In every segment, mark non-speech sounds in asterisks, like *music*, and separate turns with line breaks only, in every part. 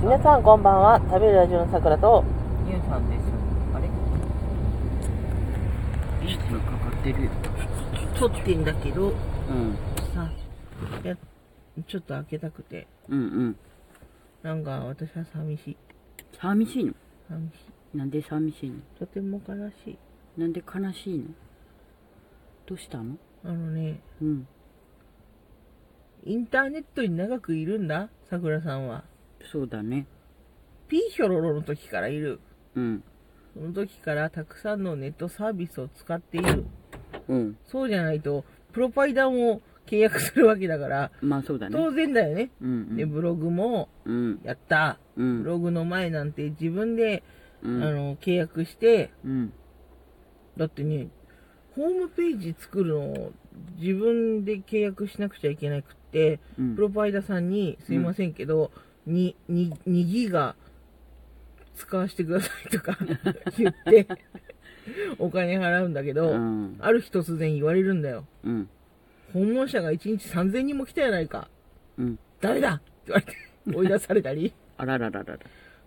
皆さんこんばんは食べるラジオのさくらと
ゆうさんですあれリーチがかかってる
撮ってんだけど
うん
さやちょっと開けたくて
うんうん
なんか私は寂しい
寂しいの
寂し
なんで寂しいの
いとても悲しい
なんで悲しいのどうしたの
あのね
うん
インターネットに長くいるんださくらさんは
そうだね
ピーヒョロロの時からいる
うん
その時からたくさんのネットサービスを使っている
うん
そうじゃないとプロパイダーも契約するわけだから
まあそうだね
当然だよね
うん
でブログも
うん
やった
う
ブ
ん
ログの前なんて自分で、
う
あ
ん
の契約して
うん
だってねホームページ作るのを自分で契約しなくちゃいけなくって
うん
プロバイダーさんにすいませんけど、にに 2, ギガ使わせてくださいとか *laughs* 言ってお金払うんだけど、
うん
ある日突然言われるんだよ
うん
訪問者が1日3000人も来たやないか
うん
誰だって言われて追い出されたり
あららららら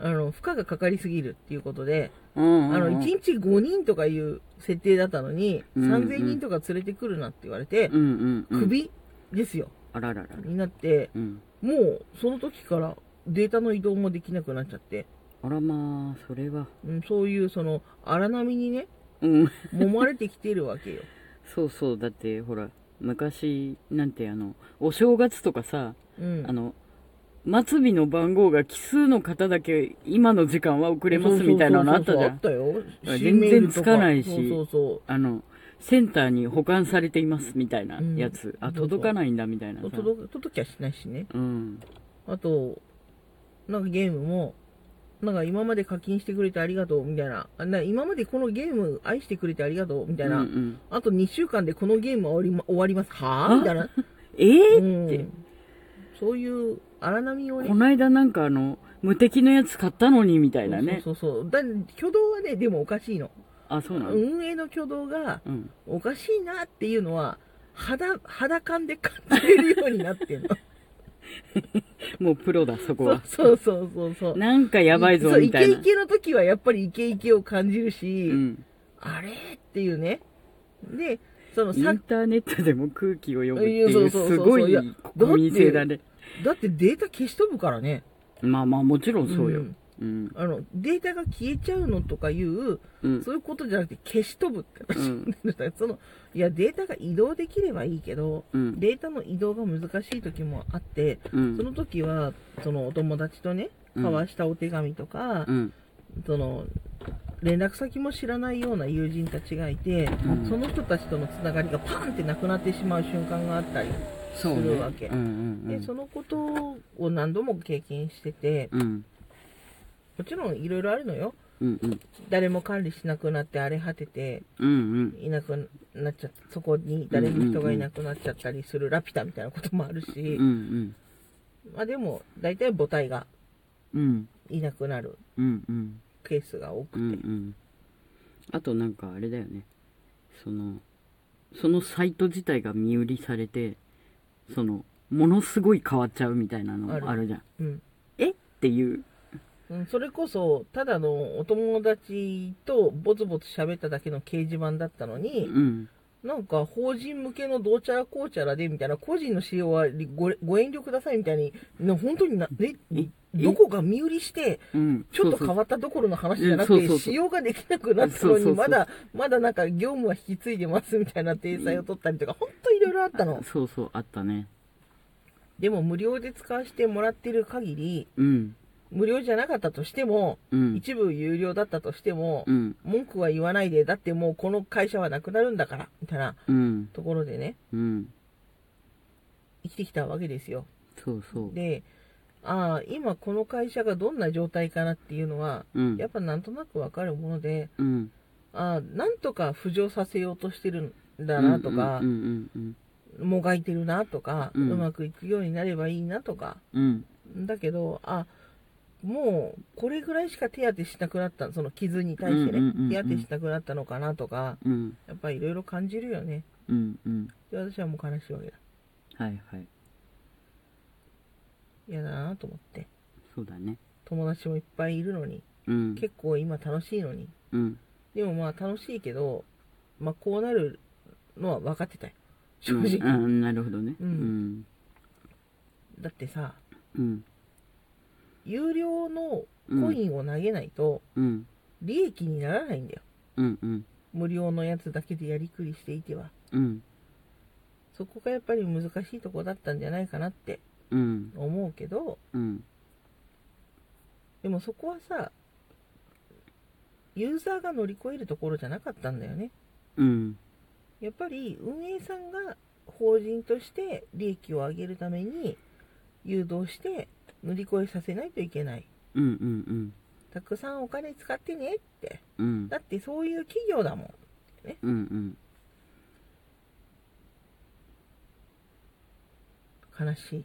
あの負荷がかかりすぎるっていうことで
うん
あ
うんうん
の1日5人とかいう設定だったのに、
うんうん
3000人とか連れてくるなって言われて、
うんうんうん
クビですよ、
あらららら
になって、
うん
もうその時からデータの移動もできなくなっちゃって、
あらまあそれは
うん、そういうその荒波にね、
うん
揉まれてきてるわけ
*laughs*
よ。
そうそうだってほら昔なんてあのお正月とかさ、
うん、
あの末尾の番号が奇数の方だけ今の時間は遅れますみたいなのあったじゃん
そうそうそうあったよ。
全然つかないし
C メールとかそう
あのセンターに保管されていますみたいなやつ、
うん
あ届かないんだみたいな
そうそう。
さ
届く届きゃしないしね。
うん
あと、なんかゲームも、なんか今まで課金してくれてありがとうみたいな、あな今までこのゲーム愛してくれてありがとうみたいな、
うんうん
あと2週間でこのゲームは終わりま終わります、はぁ
あ
みたいな、
えー
うんそういう荒波をね
こ、ないだなんかあの無敵のやつ買ったのにみたいなね
そうそうそうだ、挙動はね、でもおかしいの、
あそうなの
運営の挙動が
うん
おかしいなっていうのは、肌肌感で感じれるようになってん
*laughs*
の。
もうプロだそこ
そ
は
うそうそうそうそう。
なんかやばいぞ
そう
みたいな
イケイケの時はやっぱりイケイケを感じるし、
うん
あれっていうね。で、その
イン
さ、
ターネットでも空気を読むってい
いやそう
う
そうそ
す
う
ご
いや
い国民性だね
だってデータ消し飛ぶからね。
まあまあもちろんそうよ
ん
うん
あの、データが消えちゃうのとかいう、
うん
そういうことじゃなくて消し飛ぶって *laughs*
う
話。
ん
その、いや、データが移動できればいいけど、
うん
データの移動が難しい時もあって、
う
そ
ん
の時は、そのお友達とね、
うん
交わしたお手紙とか、
うん
その、連絡先も知らないような友人たちがいて、
うん
その人たちとのつながりがパンってなくなってしまう瞬間があったりす
そうね
るわけ。
うんうんう
で
ん
そのことを何度も経験してて
うん
もちろんいろいろあるのよ
うんうん
誰も管理しなくなって荒れ果てて
うんうん
いなくなっちゃったそこに誰も人がいなくなっちゃったりするラピュタみたいなこともある
う
し、
ん
まあ、でも大体母体が
うん
いなくなる
うんうん
ケースが多く
うんうんあとなんかあれだよねそのそのサイト自体が身売りされてそのものすごい変わっちゃうみたいなのあるじゃん
うん
えっていう
うん、それこそただのお友達とボツボツ喋っただけの掲示板だったの
う
に
ん
なんか法人向けのどうちゃらこうちゃらでみたいな個人の使用はごご遠慮くださいみたいにな本当になえ
え
どこが身売りして
うん
ちょ
そ
っと
うそう
変わったどころの話じゃなく
うんそうそ
て
うそう
使用ができなくなった
そ
の
うそうそ
に
う
まだまだなんか業務は引き継いでますみたいな体裁を取ったりとか本当いろいろあったの
そうそうあったね
でも無料で使わせてもらってる限り
うん
無料じゃなかったとしても
うん
一部有料だったとしても
うん
文句は言わないでだってもうこの会社はなくなるんだからみたいな
うん
ところでね
うん
生きてきたわけですよ
そうそう
でああ今この会社がどんな状態かなっていうのは
うん
やっぱなんとなくわかるもので
うん
ああなんとか浮上させようとしてるんだなとか、
うんうん
もがいてるなとか、う
うん
まくいくようになればいいなとか
うんうん
だけどあもうこれぐらいしか手当てしなくなったその傷に対してね、
うんうんうんうん
手当てしなくなったのかなとか
うん
やっぱりいろいろ感じるよね
うんうん
で私はもう悲しいわけだ
はいはい
嫌だなと思って
そうだね
友達もいっぱいいるのに
うん
結構今楽しいのに
うん
でもまあ楽しいけど、まあ、こうなるのは分かってたよ正
うん
直、
うんなるほどねう
うんんだってさ
うん
有料の
うん
コインを投げないと
うん
利益にならないんだよ
うんうん
無料のやつだけでやりくりしていては
うん
そこがやっぱり難しいとこだったんじゃないかなって
うん
思うけど
うん
でもそこはさユーザーが乗り越えるところじゃなかったんだよね
うん
やっぱり運営さんが法人として利益を上げるために誘導して乗り越えさせないといけない
うんうん
たくさんお金使ってねって
うん
だってそういう企業だもん
うんうん
悲しい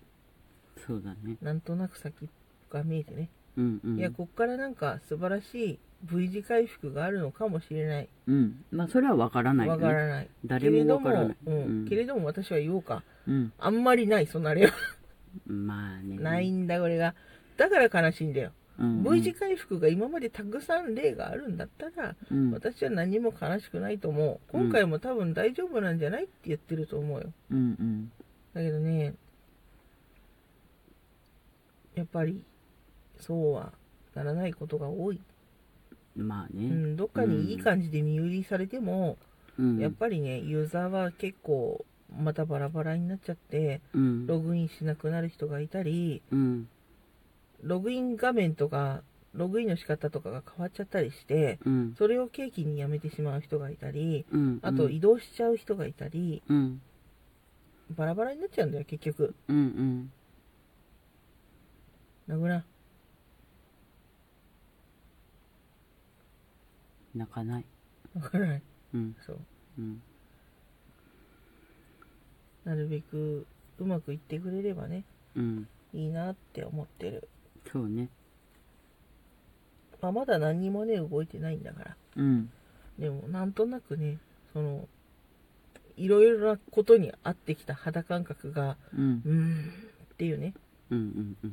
そうだね
なんとなく先が見えてね、
うんうん
いやこっからなんか素晴らしい V 字回復があるのかもしれない
うんまあそれは分からないよ
わか
ね
らない
誰も分
け
か
れ
ら
ど
な
も
い、
うん、けれども私は言おうか
うん
あんまりないそんなあれは
うんまあね
ないんだこれがだから悲しいんだ
う
よ、
んうん
V 字回復が今までたくさん例があるんだったら、
うん
私は何も悲しくないと思う今回も多分大丈夫なんじゃないって言ってると思うよ
うんうん
だけどねやっぱりそうはならないことが多い、
まあ
う
ね
ん、どっかにいい感じで身売りされても、
うん
やっぱりねユーザーは結構またバラバラになっちゃって
うん
ログインしなくなる人がいたり
うん
ログイン画面とかログインの仕方とかが変わっちゃったりして
うん
それを契機にやめてしまう人がいたり
うん
あと移動しちゃう人がいたり
うん
バラバラになっちゃうんだよ結局
うんうん
なぐら
泣かない
わからない
うん
そう
うん
なるべくうまくいってくれればね
うん
いいなって思ってる、
そうね
まあ、まだ何にもね動いてないんだから
うん
でもなんとなくねそのいろいろなことに合ってきた肌感覚が
うん
うーんっていうね
うんうんう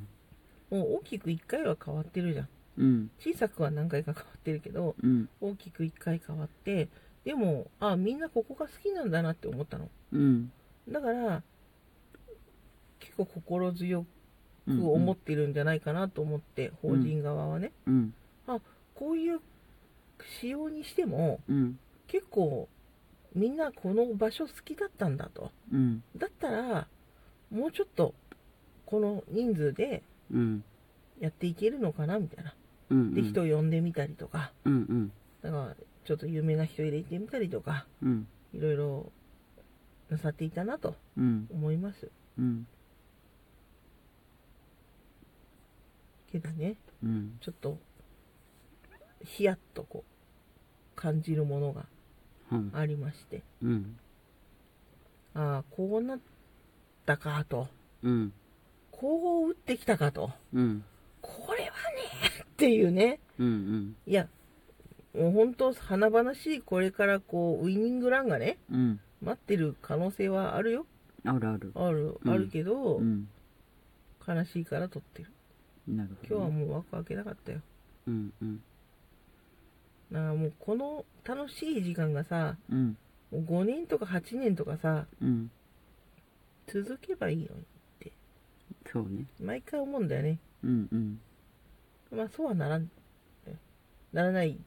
ん
もう大きく1回は変わってるじゃん
うん
小さくは何回か変わってるけど
うん
大きく1回変わってでもあみんなここが好きなんだなって思ったの
うん
だから結構心強
うん
く思ってるんじゃないかなと思って、
うん
法人側はね
うん
こういう仕様にしても
うん
結構みんなこの場所好きだったんだと
うん
だったらもうちょっとこの人数で
うん
やっていけるのかなみたいな
うん
で人呼んでみたりとか
うんうん
だからちょっと有名な人入れてみたりとか
うん
いろいろなさっていたなと
うん
思います
うん
けどね
うん
ちょっとヒヤッとこう感じるものが
うん
ありまして
うん
ああこうなったかと
うん
こう打ってきたかと
うん
これはねっていうね
うん
いやもう本当華々しいこれからこうウイニングランがね
うん
待ってる可能性はあるよ
あるある
ある
うん
あるけど、
うん
悲しいから撮ってる
なるほど
今日はもう枠開けなかったよ
うんうん
だからもうこの楽しい時間がさ
うん
もう5年とか8年とかさ
うん
続けばいいのに
そうね
毎回思うんだよね
うんうん
まあそうはならんならない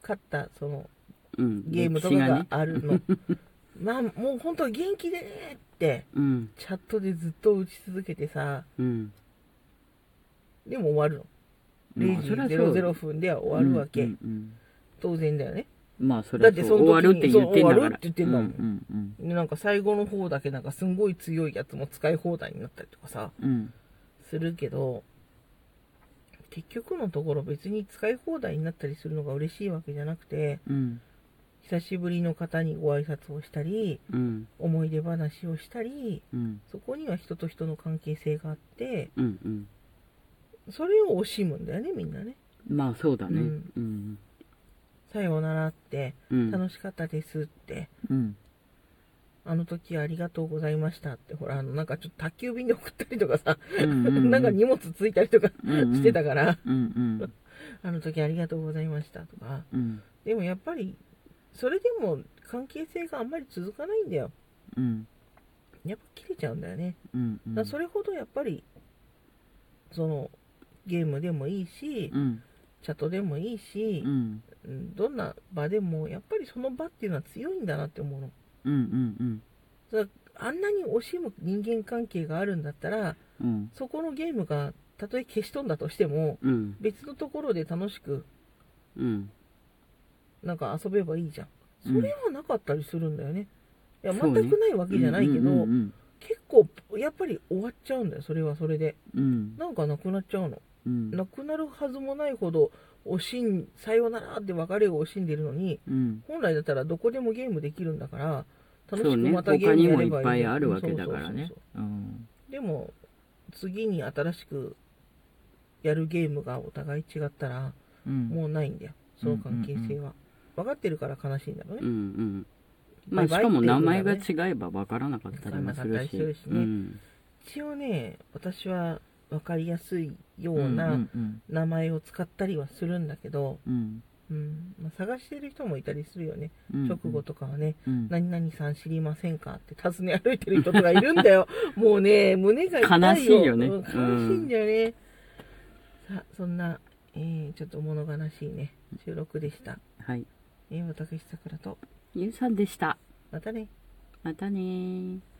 かったその
うん
ゲームとか
歴史が
が
ね
あるの、 *laughs* まあもう本当元気でねって
うん
チャットでずっと打ち続けてさ
うん
でも終わるの
まあそり
0
ゃ
時
そう
00分では終わるわけ、
うんうん
当然だよね
うんまあそれ
だ
は
って
そう
その時
終わるって
に
言ってんだ
そう終わ
か
る
ら
って言ってんだもん
うんうん
でなんか最後の方だけなんかすんごい強いやつも使い放題になったりとかさ
うん
するけど結局のところ別に使い放題になったりするのが嬉しいわけじゃなくて
うん
久しぶりの方にご挨拶をしたり
うん
思い出話をしたり
うん
そこには人と人の関係性があって
うんうん
それを惜しむんだよねみんなね
まあそうだね
う
うん
「さようなら」って
う
「
ん
楽しかったです」って
うん
あの時ありがとうございましたって、ほら、あの、なんかちょっと宅急便で送ったりとかさ、
うんうんうん
*laughs* なんか荷物ついたりとか
うんうん
してたから、
うんうん
あの時ありがとうございましたとか。
うん
でもやっぱり、それでも関係性があんまり続かないんだよ。
うん
やっぱ切れちゃうんだよね。
うんう
だ
ん
からそれほどやっぱり、その、ゲームでもいいし、
うん
チャットでもいいし
う、ん
うんどんな場でも、やっぱりその場っていうのは強いんだなって思うの。
うんうん
それあんなに惜しむ人間関係があるんだったら、
うん
そこのゲームがたとえ消し飛んだとしても
うん
別のところで楽しく
うん
なんか遊べばいいじゃん
うん
それはなかったりするんだよね、いや
そう
全
ね
くないわけじゃないけど、
うんうん
結構やっぱり終わっちゃうんだよそれはそれで
うん
なんかなくなっちゃうの
うん
なくなるはずもないほど惜しんさようならって別れを惜しんでるのに
うん
本来だったらどこでもゲームできるんだから楽し
そう
く
ね
またゲ
他
ーム
に
や
もい
れ
っ
ばいい
ぱい
のに
あるわけ
そう
だから
そうそう
ね
そ
う
う
ん
でも次に新しくやるゲームがお互い違ったら
うん
もうないんだよその関係性は、分かってるから悲しいんだろう
う
ね
んうんまあし
バイバイ
かも名前が
って
違えば分からなかったりもするし
分からなかったりするし
う
ね
ん
一応ね私は分かりやすいよ
う
うん
う
なん
うん
名前を使ったりはするんだけど、
うん
うんまあ、探してる人もいたりするよね、
うん
直後とかはね
うん
「何々さん知りませんか?」って尋ね歩いてる人とかいるんだ
*laughs*
よもうね胸が痛いよ
悲しいよね
うん悲しいんだよね、さあそんな、えーちょっと物悲しいね収録でした、
はい
えー、私さくらと
ゆうさんでした
またね
またねー